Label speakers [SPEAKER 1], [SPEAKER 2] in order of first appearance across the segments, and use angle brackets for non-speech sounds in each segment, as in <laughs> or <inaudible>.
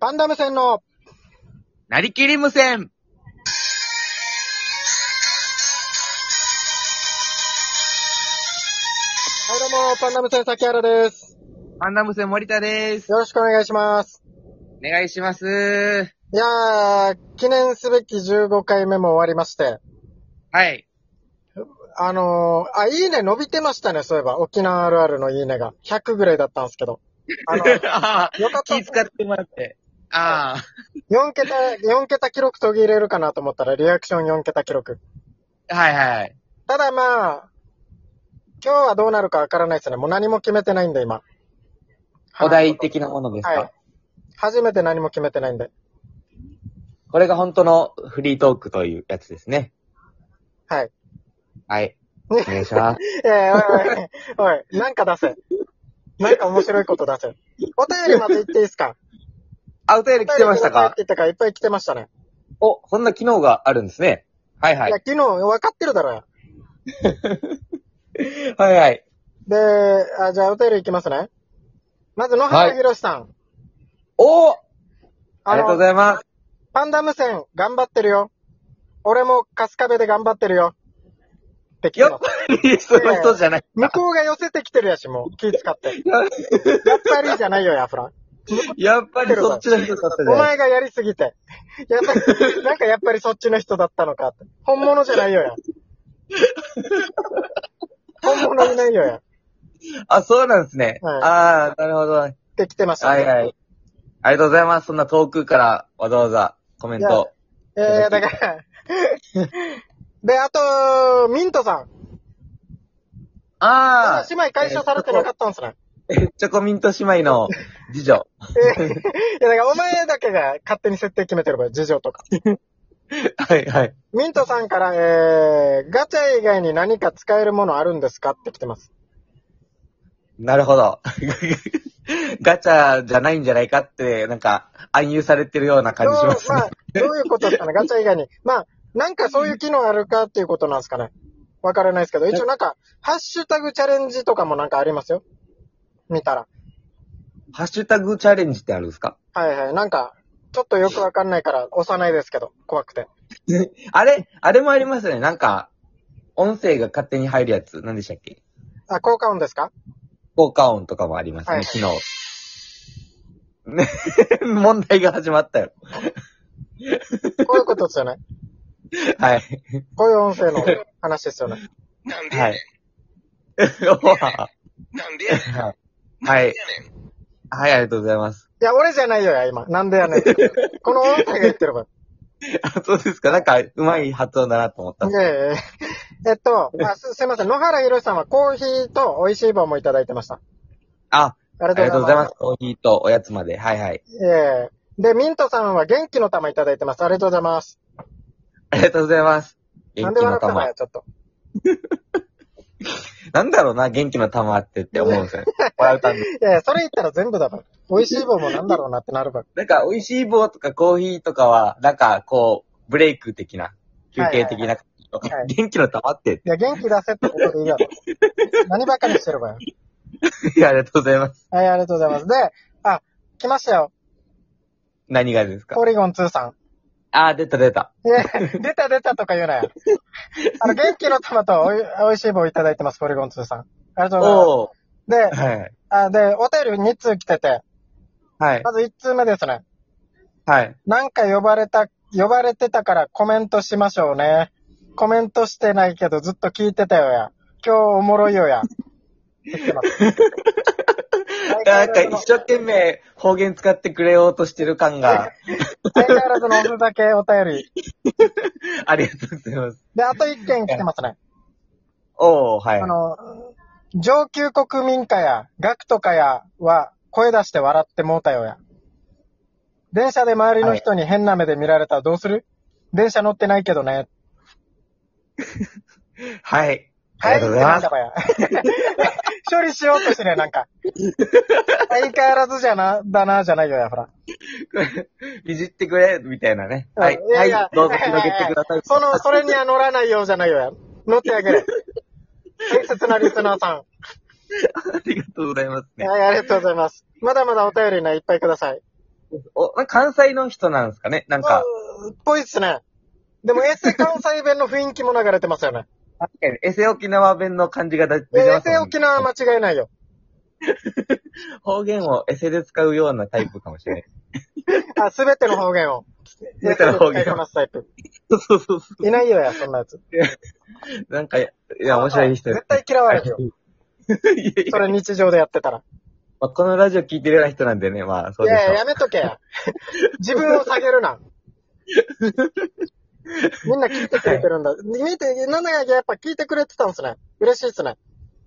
[SPEAKER 1] パンダム戦の、
[SPEAKER 2] なりきり無線
[SPEAKER 1] はいどうも、パンダム戦崎原です。
[SPEAKER 2] パンダ無線森田です。
[SPEAKER 1] よろしくお願いします。
[SPEAKER 2] お願いします。
[SPEAKER 1] いやー、記念すべき15回目も終わりまして、
[SPEAKER 2] はい。
[SPEAKER 3] <laughs>
[SPEAKER 1] あのー、あ、いいね伸びてましたね、そういえば。沖縄あるあるのいいねが。100ぐらいだったんですけど。あ
[SPEAKER 3] <laughs>
[SPEAKER 1] の、よかっ
[SPEAKER 2] あー
[SPEAKER 1] た。
[SPEAKER 2] 気使ってもらって。あ
[SPEAKER 1] 4桁、4桁記録途切れるかなと思ったら、リアクション4桁記録。
[SPEAKER 2] あ。はいはい。
[SPEAKER 1] ただまあ、今日はどうなるかわからないですね。もう何も決めてないんで、今。
[SPEAKER 3] お題的なものですか、
[SPEAKER 1] はい。初めて何も決めてないんで。
[SPEAKER 3] これが本当のフリートークというやつですね。
[SPEAKER 1] はい。
[SPEAKER 3] はい。お願いし
[SPEAKER 2] <laughs>
[SPEAKER 3] ます。
[SPEAKER 1] ええおいおい、おい、なんか出せ。なんか面白いこと出せ。お便りまで言っていいですか
[SPEAKER 3] あ、お便
[SPEAKER 1] お
[SPEAKER 3] り来てました
[SPEAKER 1] っ
[SPEAKER 3] か
[SPEAKER 1] て言ったからいっぱい来てましたね。、
[SPEAKER 3] お、そんな機能があるんですね。はいはいい
[SPEAKER 1] や、。昨日分かってるだろうよ。
[SPEAKER 3] はいはい。
[SPEAKER 1] で、あじゃあお便り行きますね。まず、野原博さん。
[SPEAKER 3] お
[SPEAKER 1] あ
[SPEAKER 3] ありがとう
[SPEAKER 1] います。
[SPEAKER 3] ございます。
[SPEAKER 1] パンダ無線、頑張ってるよ。俺も、春日部で頑張ってるよ。って来て
[SPEAKER 3] や
[SPEAKER 1] ま
[SPEAKER 3] っ
[SPEAKER 1] す
[SPEAKER 3] ぱり、そういう人じゃない。
[SPEAKER 1] 向こうが寄せてきてるやし、もう、気使
[SPEAKER 3] <laughs>
[SPEAKER 1] って。やっぱりじゃないよ、ヤフラン。
[SPEAKER 3] やっぱりそっちの人だったじゃ
[SPEAKER 1] お
[SPEAKER 3] な
[SPEAKER 1] 前
[SPEAKER 3] い。
[SPEAKER 1] がやりすぎて。やっぱ
[SPEAKER 3] <laughs>
[SPEAKER 1] り、なんかやっぱりそっちの人だったのかって。本物じゃないよや。本物いないよや。っ
[SPEAKER 3] あ、そうなんですね。
[SPEAKER 1] はい
[SPEAKER 3] ああ、なるほど。はい
[SPEAKER 1] て来てました、ね。
[SPEAKER 3] はい。ありがとうございます。そんな遠くからわざわざコメン
[SPEAKER 1] いや
[SPEAKER 3] ト。
[SPEAKER 1] えー、だから。で、あと、ミントさん。
[SPEAKER 3] あ
[SPEAKER 1] 姉妹解消されてなかったんすね。
[SPEAKER 3] あ、チョコミント姉妹の次女。
[SPEAKER 1] えーいや、だからお前だけが勝手に設定決めてるから、事情とか。
[SPEAKER 3] <laughs> はいはい。
[SPEAKER 1] ミントさんから、えー、ガチャ以外に何か使えるものあるんですかって来てます。
[SPEAKER 3] なるほど。 <laughs> ガチャじゃないんじゃないかって、なんか、暗誘されてるような感じします
[SPEAKER 1] どう
[SPEAKER 3] ね。
[SPEAKER 1] まあ、どういうことですかね、ガチャ以外に。まあ、なんかそういう機能あるかっていうことなんですかね。わからないですけど、一応なんか、ハッシュタグチャレンジとかもなんかありますよ。見たら。
[SPEAKER 3] ハッシュタグチャレンジってあるんですか
[SPEAKER 1] はいはい。なんか、ちょっとよくわかんないから押さないですけど、怖くて。
[SPEAKER 3] あれ、あれもありますよね。なんか、音声が勝手に入るやつ。何でしたっけ
[SPEAKER 1] あ、効果音ですか
[SPEAKER 3] 効果音とかもあります
[SPEAKER 1] は
[SPEAKER 3] ね、
[SPEAKER 1] い
[SPEAKER 3] 昨日。ね、 <laughs> 問題が始まったよ。
[SPEAKER 1] こういうことですよね。
[SPEAKER 3] はい。
[SPEAKER 1] こういう音声の話ですよね。
[SPEAKER 2] なん
[SPEAKER 1] <laughs>
[SPEAKER 3] はい。 <laughs> おわ
[SPEAKER 2] なんでやねん
[SPEAKER 3] はい。はい、ありがとうございます。 <laughs>
[SPEAKER 1] いや、俺じゃないよや、今。なんでやねん。この音声が言ってる分。
[SPEAKER 3] あ、そうですか。なんか、うまい発音だなと思ったん
[SPEAKER 1] い
[SPEAKER 3] です。
[SPEAKER 1] やいやいやえっと、あすすいません。野原宏さんはコーヒーと美味しい棒もいただいてました。
[SPEAKER 3] あ、
[SPEAKER 1] あり
[SPEAKER 3] あり
[SPEAKER 1] がと
[SPEAKER 3] がと
[SPEAKER 1] うご
[SPEAKER 3] う
[SPEAKER 1] ざ
[SPEAKER 3] ござ
[SPEAKER 1] い
[SPEAKER 3] い
[SPEAKER 1] ま
[SPEAKER 3] ますす。。コーヒーとおやつまで。はいはい。
[SPEAKER 1] ええで、ミントさんは元気の玉いただいてます。ありがとうございます。
[SPEAKER 3] ありがとうございます。
[SPEAKER 1] な
[SPEAKER 3] 元
[SPEAKER 1] んで
[SPEAKER 3] 気
[SPEAKER 1] 笑
[SPEAKER 3] の
[SPEAKER 1] ったの
[SPEAKER 3] 玉
[SPEAKER 1] よ、。ちょっと。
[SPEAKER 3] なんだろうな、元気の玉ってって思う
[SPEAKER 1] <laughs>
[SPEAKER 3] んですよね。笑うたんで。
[SPEAKER 1] いやいやそれ言ったら全部だ分。美味しい棒もなんだろうなってなる分。
[SPEAKER 3] なんか、美味しい棒とかコーヒーとかは、なんか、こう、ブレイク的な、休憩的な、
[SPEAKER 1] いはいはい
[SPEAKER 3] 元気の玉って。 <laughs>
[SPEAKER 1] いや、元気出せってことでいいだろ。何ばっかりしてるわよ。
[SPEAKER 3] いやありがとうございます。
[SPEAKER 1] はい、ありがとうございます。で、あ、来ましたよ。
[SPEAKER 3] 何がですか
[SPEAKER 1] ポリゴン2さん。
[SPEAKER 3] あー、出た出た。
[SPEAKER 1] いや出た出たとか言うなよ。あの、元気の玉とおい美味しい棒いただいてます、ポリゴン2さん。ありがとうございます。
[SPEAKER 3] おー。
[SPEAKER 1] で、
[SPEAKER 3] はい。
[SPEAKER 1] あで、お便り2通来てて、
[SPEAKER 3] はい。
[SPEAKER 1] まず1通目ですね。
[SPEAKER 3] はい。
[SPEAKER 1] なんか呼ばれた、呼ばれてたからコメントしましょうね。コメントしてないけどずっと聞いてたよや。今日おもろいよ
[SPEAKER 3] <laughs>
[SPEAKER 1] や。言ってます。
[SPEAKER 3] なんか、一生懸命方言使ってくれようとしてる
[SPEAKER 1] <laughs>
[SPEAKER 3] 感が、
[SPEAKER 1] 相変わらずのおふざけお便り。
[SPEAKER 3] ありがとうございます。
[SPEAKER 1] で、あと1件来てますね。
[SPEAKER 3] おー、はい
[SPEAKER 1] あ。の、上級国民歌や、学徒かやは、声出して笑ってもうたよや。電車で周りの人に変な目で見られたらどうする、電車乗ってないけどね。
[SPEAKER 3] はい。ありがとうございます。
[SPEAKER 1] はいってなんだばや <laughs> 処理しようとしね、
[SPEAKER 3] <laughs>
[SPEAKER 1] なんか。相変わらずじゃな、だな、じゃないよや、ほら。
[SPEAKER 3] いじってくれ、みたいなね。はい。
[SPEAKER 1] や
[SPEAKER 3] はい
[SPEAKER 1] や
[SPEAKER 3] い。どうぞ広げてください。
[SPEAKER 1] その、それには乗らないようじゃないよや。乗ってあげる。大切なリスナーさん。
[SPEAKER 3] ありがとうございますね。
[SPEAKER 1] はい、ありがとうございます。まだまだお便りね、いっぱいください。
[SPEAKER 3] お、なんか関西の人なんですかねなんか、
[SPEAKER 1] うんっぽいっすね。でも、衛星関西弁の雰囲気も流れてますよね。
[SPEAKER 3] 確かに、エセ沖縄弁の感じが出出て
[SPEAKER 1] 衛
[SPEAKER 3] ます
[SPEAKER 1] 星
[SPEAKER 3] もん
[SPEAKER 1] 沖縄は間違いないよ。
[SPEAKER 3] 方言をエセで使うようなタイプかもしれない。
[SPEAKER 1] あ、すべての方言
[SPEAKER 3] <laughs>
[SPEAKER 1] を。
[SPEAKER 3] べての方
[SPEAKER 1] 使
[SPEAKER 3] 言を
[SPEAKER 1] いこなすタイプ。
[SPEAKER 3] そうそうそうそ。
[SPEAKER 1] いないよや、そんなやつ。いう
[SPEAKER 3] なんか、いや、面白い人。
[SPEAKER 1] 絶対嫌われるよ。
[SPEAKER 3] いやいや
[SPEAKER 1] <laughs> それ日常でやってたら。
[SPEAKER 3] まあ、このラジオ聞いてるような人なんでね、まあ、そ
[SPEAKER 1] いう
[SPEAKER 3] で
[SPEAKER 1] やいや、
[SPEAKER 3] し
[SPEAKER 1] やめとけ
[SPEAKER 3] <laughs>
[SPEAKER 1] や。自分を下げるな。みんな聞いてくれてるんだ。見て、なんだかやっぱ聞いてくれてたんすね。嬉しいっすね。
[SPEAKER 3] ょう。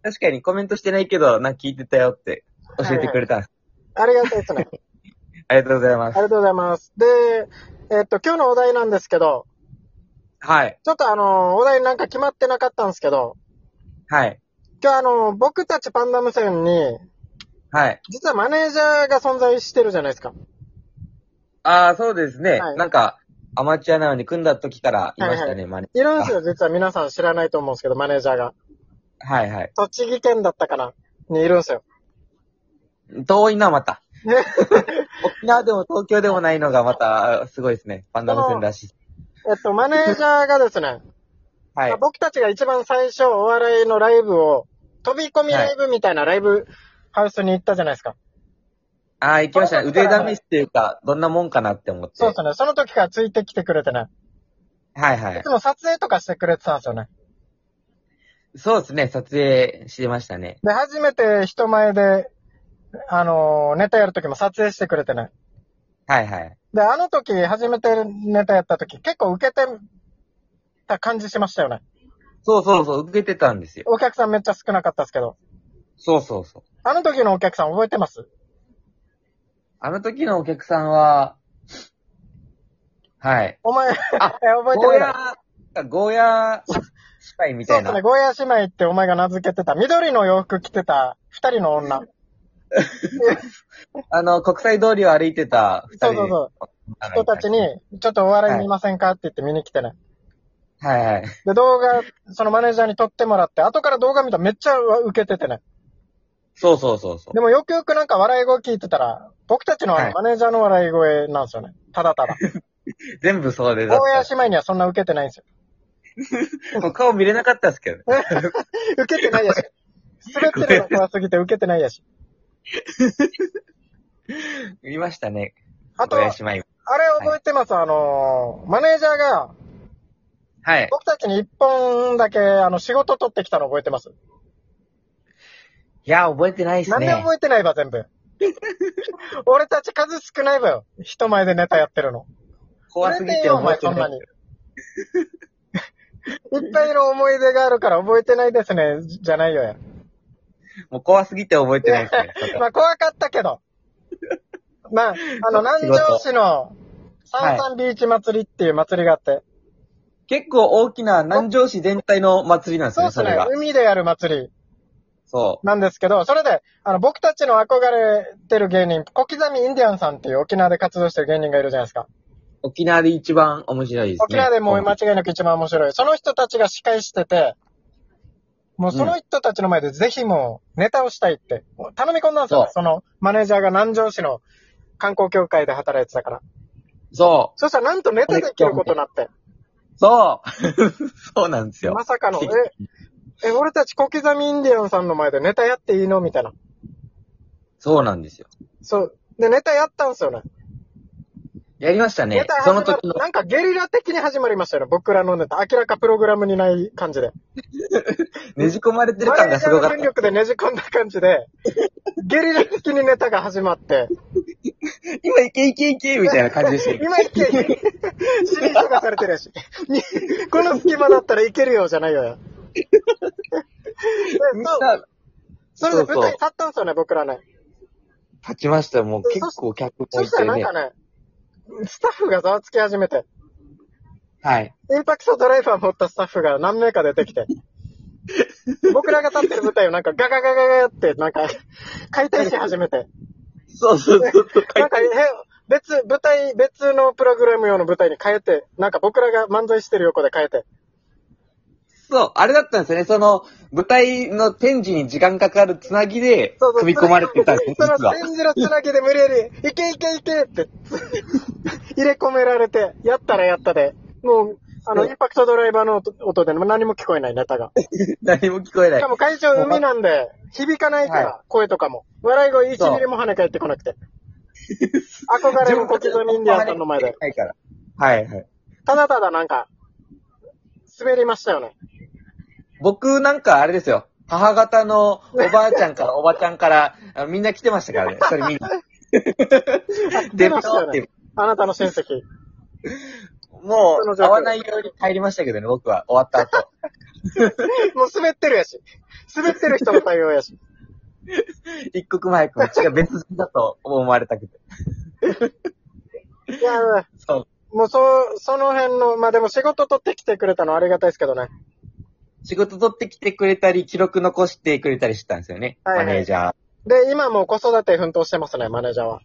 [SPEAKER 3] 確かにコメントしてないけど、なんか聞いてたよって教えてくれたんです。
[SPEAKER 1] ありがたいっすね。
[SPEAKER 3] ありがとうございま
[SPEAKER 1] あ
[SPEAKER 3] す。
[SPEAKER 1] りがとうございます。で、えっと、今日のお題なんですけど、
[SPEAKER 3] はい。
[SPEAKER 1] ちょっとあの、お題なんか決まってなかったんですけど、
[SPEAKER 3] はい。
[SPEAKER 1] 今日あの、僕たちパンダ無線に、
[SPEAKER 3] はい。
[SPEAKER 1] 実はマネージャーが存在してるじゃないですか。
[SPEAKER 3] ああ、そうですね。
[SPEAKER 1] はい
[SPEAKER 3] なんか、アマチュアなのに組んだ時からいましたね、
[SPEAKER 1] はいは
[SPEAKER 3] マネ。
[SPEAKER 1] いるんですよ、実は皆さん知らないと思うんですけど、マネージャーが。
[SPEAKER 3] はいはい。
[SPEAKER 1] 栃木県だったかなにいるんですよ。
[SPEAKER 3] 遠いな、ま
[SPEAKER 1] <laughs>
[SPEAKER 3] た。
[SPEAKER 1] ね
[SPEAKER 3] 沖縄でも東京でもないのがまた、すごいですね。パンダ無線らしい。
[SPEAKER 1] えっと、マネージャーがですね、
[SPEAKER 3] はい。
[SPEAKER 1] 僕たちが一番最初お笑いのライブを、飛び込みライブみたいなライブハウスに行ったじゃないですか。
[SPEAKER 3] ああ、行きましたね。
[SPEAKER 1] この
[SPEAKER 3] 腕
[SPEAKER 1] 時から
[SPEAKER 3] 試しっていうか、どんなもんかなって思って。
[SPEAKER 1] そうですね。その時からついてきてくれてね。
[SPEAKER 3] はいはいい
[SPEAKER 1] つ。も撮影とかしてくれてたんですよね。
[SPEAKER 3] そうですね。撮影してましたね。
[SPEAKER 1] で、初めて人前で、あのーネタやる時も撮影してくれてね。
[SPEAKER 3] はいはい。
[SPEAKER 1] で、あの時、初めてネタやった時、結構受けてた感じしましたよね。
[SPEAKER 3] そうそうそう、受けてたんですよ。
[SPEAKER 1] お客さんめっちゃ少なかったですけど。
[SPEAKER 3] そうそうそう。
[SPEAKER 1] あの時のお客さん覚えてます
[SPEAKER 3] あの時のお客さんは、はい。
[SPEAKER 1] お前、
[SPEAKER 3] あ
[SPEAKER 1] <laughs> 覚えて
[SPEAKER 3] ゴー
[SPEAKER 1] る
[SPEAKER 3] ヤー、ゴーヤー司いみ
[SPEAKER 1] そ
[SPEAKER 3] た
[SPEAKER 1] う
[SPEAKER 3] い
[SPEAKER 1] です
[SPEAKER 3] な。
[SPEAKER 1] ね、ゴーヤ姉妹ってお前が名付けてた、緑の洋服着てた二人の女。
[SPEAKER 3] あの、国際通りを歩いてた二人
[SPEAKER 1] そうそうそう。人たちに、ちょっとお笑い見ませんかって言って見に来てね。
[SPEAKER 3] はいはい。
[SPEAKER 1] で、動画、そのマネージャーに撮ってもらって、後から動画見たらめっちゃ受けててね。
[SPEAKER 3] そうそうそうそう。
[SPEAKER 1] でもよくよくなんか笑い声聞いてたら、僕たちのあ
[SPEAKER 3] は
[SPEAKER 1] の
[SPEAKER 3] い
[SPEAKER 1] マネージャーの笑い声なんですよね。た
[SPEAKER 3] <laughs>
[SPEAKER 1] だただ。
[SPEAKER 3] 全部そうでだっ
[SPEAKER 1] 大家姉妹にはそんな受けてないん
[SPEAKER 3] <laughs>
[SPEAKER 1] ですよ。
[SPEAKER 3] た。もう顔見れなかったですけど。
[SPEAKER 1] 受けてないや
[SPEAKER 3] <laughs>
[SPEAKER 1] し。滑ってるの怖すぎて受けてないやし。
[SPEAKER 3] 見ましたね。
[SPEAKER 1] あと、あ
[SPEAKER 3] ゴー
[SPEAKER 1] れ
[SPEAKER 3] ヤ姉妹。
[SPEAKER 1] 覚えてます、あのーマネージャーが、
[SPEAKER 3] はい。
[SPEAKER 1] 僕たちに一本だけ、あの、仕事取ってきたの覚えてます
[SPEAKER 3] いや、覚えてないです
[SPEAKER 1] なん
[SPEAKER 3] ね。
[SPEAKER 1] で覚えてないば、全部。 <laughs> 俺たち数少ないばよ。人前でネタやってるの。
[SPEAKER 3] 怖すぎて覚えて
[SPEAKER 1] そん
[SPEAKER 3] な
[SPEAKER 1] ないに。。 <laughs> いっぱいの思い出があるから覚えてないですね、じゃないよや。
[SPEAKER 3] もう怖すぎて覚えてないです
[SPEAKER 1] <laughs>
[SPEAKER 3] ね。
[SPEAKER 1] まあ怖かったけど。まあ、あの、南城市の、サンサンビーチ祭りっていう祭りがあって、
[SPEAKER 3] 結構大きな南城市全体の祭りなんです
[SPEAKER 1] そう
[SPEAKER 3] ね、
[SPEAKER 1] で
[SPEAKER 3] そ
[SPEAKER 1] す
[SPEAKER 3] れ
[SPEAKER 1] ね
[SPEAKER 3] が、。
[SPEAKER 1] 海でやる祭り
[SPEAKER 3] そう。
[SPEAKER 1] なんですけど、それで、あの、僕たちの憧れてる芸人、小刻みインディアンさんっていう沖縄で活動してる芸人がいるじゃないですか。
[SPEAKER 3] 沖縄で一番面白いですね。
[SPEAKER 1] 沖縄でもう間違いなく一番面白い。その人たちが司会してて、もうその人たちの前でぜひもうネタをしたいって、もう頼み込んだんですよ
[SPEAKER 3] そ。う
[SPEAKER 1] そのマネージャーが南城市の観光協会で働いてたから。
[SPEAKER 3] そ
[SPEAKER 1] そしたらなんとネタできることになって、
[SPEAKER 3] う。そう <laughs> そうなんですよ
[SPEAKER 1] ま。さかの、
[SPEAKER 3] 奇跡
[SPEAKER 1] え、え、俺たち小刻みインディアンさんの前でネタやっていいのみたいな。
[SPEAKER 3] そうなんですよ。
[SPEAKER 1] そう。で、ネタやったんですよね。
[SPEAKER 3] やりました
[SPEAKER 1] ネ
[SPEAKER 3] ね
[SPEAKER 1] タ。
[SPEAKER 3] そ
[SPEAKER 1] 始ま
[SPEAKER 3] の
[SPEAKER 1] っ
[SPEAKER 3] 時の、
[SPEAKER 1] なんかゲリラ的に始まりましたよね。僕らのネタ。明らかプログラムにない感じで。
[SPEAKER 3] ねじ込まれてる
[SPEAKER 1] マ
[SPEAKER 3] 感
[SPEAKER 1] ネージ
[SPEAKER 3] がす
[SPEAKER 1] ャー
[SPEAKER 3] ご
[SPEAKER 1] の
[SPEAKER 3] かっ
[SPEAKER 1] 権力でねじ込んだ感じで、ゲリラ的にネタが始まって、
[SPEAKER 3] た。今いけいけいけみたいな感じでしたよ。
[SPEAKER 1] 今いけ、死に急がされてるやし、 <laughs> にこの隙間だったらいけるよじゃないよ
[SPEAKER 3] <laughs>
[SPEAKER 1] や。で
[SPEAKER 3] みん
[SPEAKER 1] そう
[SPEAKER 3] な
[SPEAKER 1] それで舞
[SPEAKER 3] そうそ
[SPEAKER 1] 台
[SPEAKER 3] う
[SPEAKER 1] 立ったんですよね、僕らね。
[SPEAKER 3] 立ちましたよ。もう結構客も
[SPEAKER 1] そ
[SPEAKER 3] い
[SPEAKER 1] した
[SPEAKER 3] て
[SPEAKER 1] らなん
[SPEAKER 3] ね
[SPEAKER 1] か。ね、スタッフがざわつき始めて、
[SPEAKER 3] はい。
[SPEAKER 1] インパクトドライバー持ったスタッフが何名か出てき
[SPEAKER 3] <laughs>
[SPEAKER 1] て、僕らが立ってる舞台をなんかガガガガガって、なんか、解体し始めて。
[SPEAKER 3] そうそうそうそう。
[SPEAKER 1] なんか、へ別、舞台、別のプログラム用の舞台に変えて、なんか僕らが漫才してる横で変えて。
[SPEAKER 3] そう、あれだったんですよね。その、舞台の展示に時間かかるつなぎで
[SPEAKER 1] そう、そう
[SPEAKER 3] 組み込まれてたんですよ、
[SPEAKER 1] その
[SPEAKER 3] 実は。
[SPEAKER 1] 展示のつなぎで無理やり、いけいけいけって入れ込められて、やったらやったで、もう、あの、
[SPEAKER 3] そう
[SPEAKER 1] インパクトドライバーの音音で何も聞こえないネタが。
[SPEAKER 3] 何も聞こえな
[SPEAKER 1] し
[SPEAKER 3] い
[SPEAKER 1] か。も会場海なんで、響かないから、
[SPEAKER 3] は
[SPEAKER 1] 声とかも。笑い声1ミリも跳ね返ってこなく <laughs> て。憧れも小刻みインディアンさんの前で。
[SPEAKER 3] ないから。はいはい。
[SPEAKER 1] ただただなんか、滑りましたよね。
[SPEAKER 3] 僕なんかあれですよ。母方のおばあちゃんからおばちゃんから、あみんな来てましたからね。それみんな。
[SPEAKER 1] <laughs> 出
[SPEAKER 3] 出
[SPEAKER 1] ま
[SPEAKER 3] ま
[SPEAKER 1] し
[SPEAKER 3] したた
[SPEAKER 1] よ
[SPEAKER 3] よ
[SPEAKER 1] ね
[SPEAKER 3] ね。
[SPEAKER 1] あなたの親戚。
[SPEAKER 3] も
[SPEAKER 1] その
[SPEAKER 3] う、
[SPEAKER 1] 状況
[SPEAKER 3] 会わないように帰りましたけどね、僕は。終わった後。
[SPEAKER 1] <laughs> もう滑ってるやし。滑ってる人の対応 <laughs> やし。
[SPEAKER 3] 一刻も早く、うちが別人だと思われたくて。
[SPEAKER 1] いや、
[SPEAKER 3] そう。
[SPEAKER 1] もうそう、その辺の、まあでも仕事取ってきてくれたのはありがたいですけどね。
[SPEAKER 3] 仕事取ってきてくれたり、記録残してくれたりしてたんですよね。
[SPEAKER 1] はいはい
[SPEAKER 3] マネージャー。
[SPEAKER 1] で、今もう子育て奮闘してますね、マネージャーは。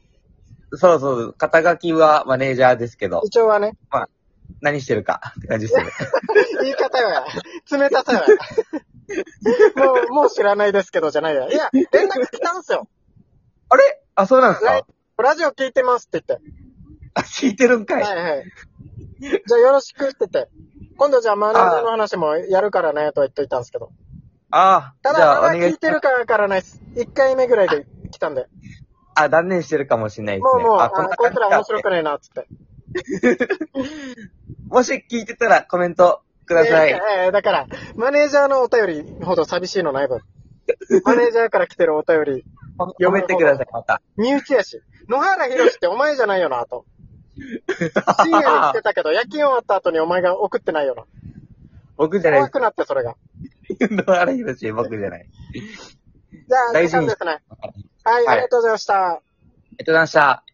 [SPEAKER 3] そうそう、肩書きはマネージャーですけど、
[SPEAKER 1] 一応はね、
[SPEAKER 3] 何してるかって感じですよね。
[SPEAKER 1] 言い方よや。冷たさよや。もう、もう知らないですけどじゃないや。いや、連絡来たんすよ。
[SPEAKER 3] あれあ、そうなんです
[SPEAKER 1] ライ
[SPEAKER 3] か
[SPEAKER 1] ラジオ聞いてますって言って。
[SPEAKER 3] あ、聞いてるんかい。
[SPEAKER 1] はいはい。じゃあよろしくって言って。今度じゃあマネージャーの話もやるからね、とは言っといたんですけど。
[SPEAKER 3] ああ、
[SPEAKER 1] た
[SPEAKER 3] じゃ
[SPEAKER 1] だ、
[SPEAKER 3] あ
[SPEAKER 1] ま
[SPEAKER 3] お
[SPEAKER 1] だ
[SPEAKER 3] 願い
[SPEAKER 1] 聞い
[SPEAKER 3] して
[SPEAKER 1] るかわからないです。1回目ぐらいで来たんで。
[SPEAKER 3] あ、断念してるかもしれないで
[SPEAKER 1] も
[SPEAKER 3] す
[SPEAKER 1] う
[SPEAKER 3] ね。
[SPEAKER 1] もう、あ
[SPEAKER 3] あ、
[SPEAKER 1] こ
[SPEAKER 3] んない
[SPEAKER 1] つら面白
[SPEAKER 3] か
[SPEAKER 1] くねえな、つって。
[SPEAKER 3] もし聞いてたらコメントください。
[SPEAKER 1] ええええだから、マネージャーのお便りほど寂しいのない分。マネージャーから来てるお便り、
[SPEAKER 3] 読めてください、また。
[SPEAKER 1] 身内やし。野原博士ってお前じゃないよな、と。深夜に来てたけど、夜勤終わった後にお前が送ってないよな。
[SPEAKER 3] 僕じゃない
[SPEAKER 1] 怖
[SPEAKER 3] で
[SPEAKER 1] くなって、それが。
[SPEAKER 3] す。野 <laughs> 原ひろし、僕じゃない。
[SPEAKER 1] じゃあ、
[SPEAKER 3] 大
[SPEAKER 1] 時
[SPEAKER 3] 事
[SPEAKER 1] 間
[SPEAKER 3] に
[SPEAKER 1] ですね。はい、ありがとうございました。
[SPEAKER 3] えっと、なんした。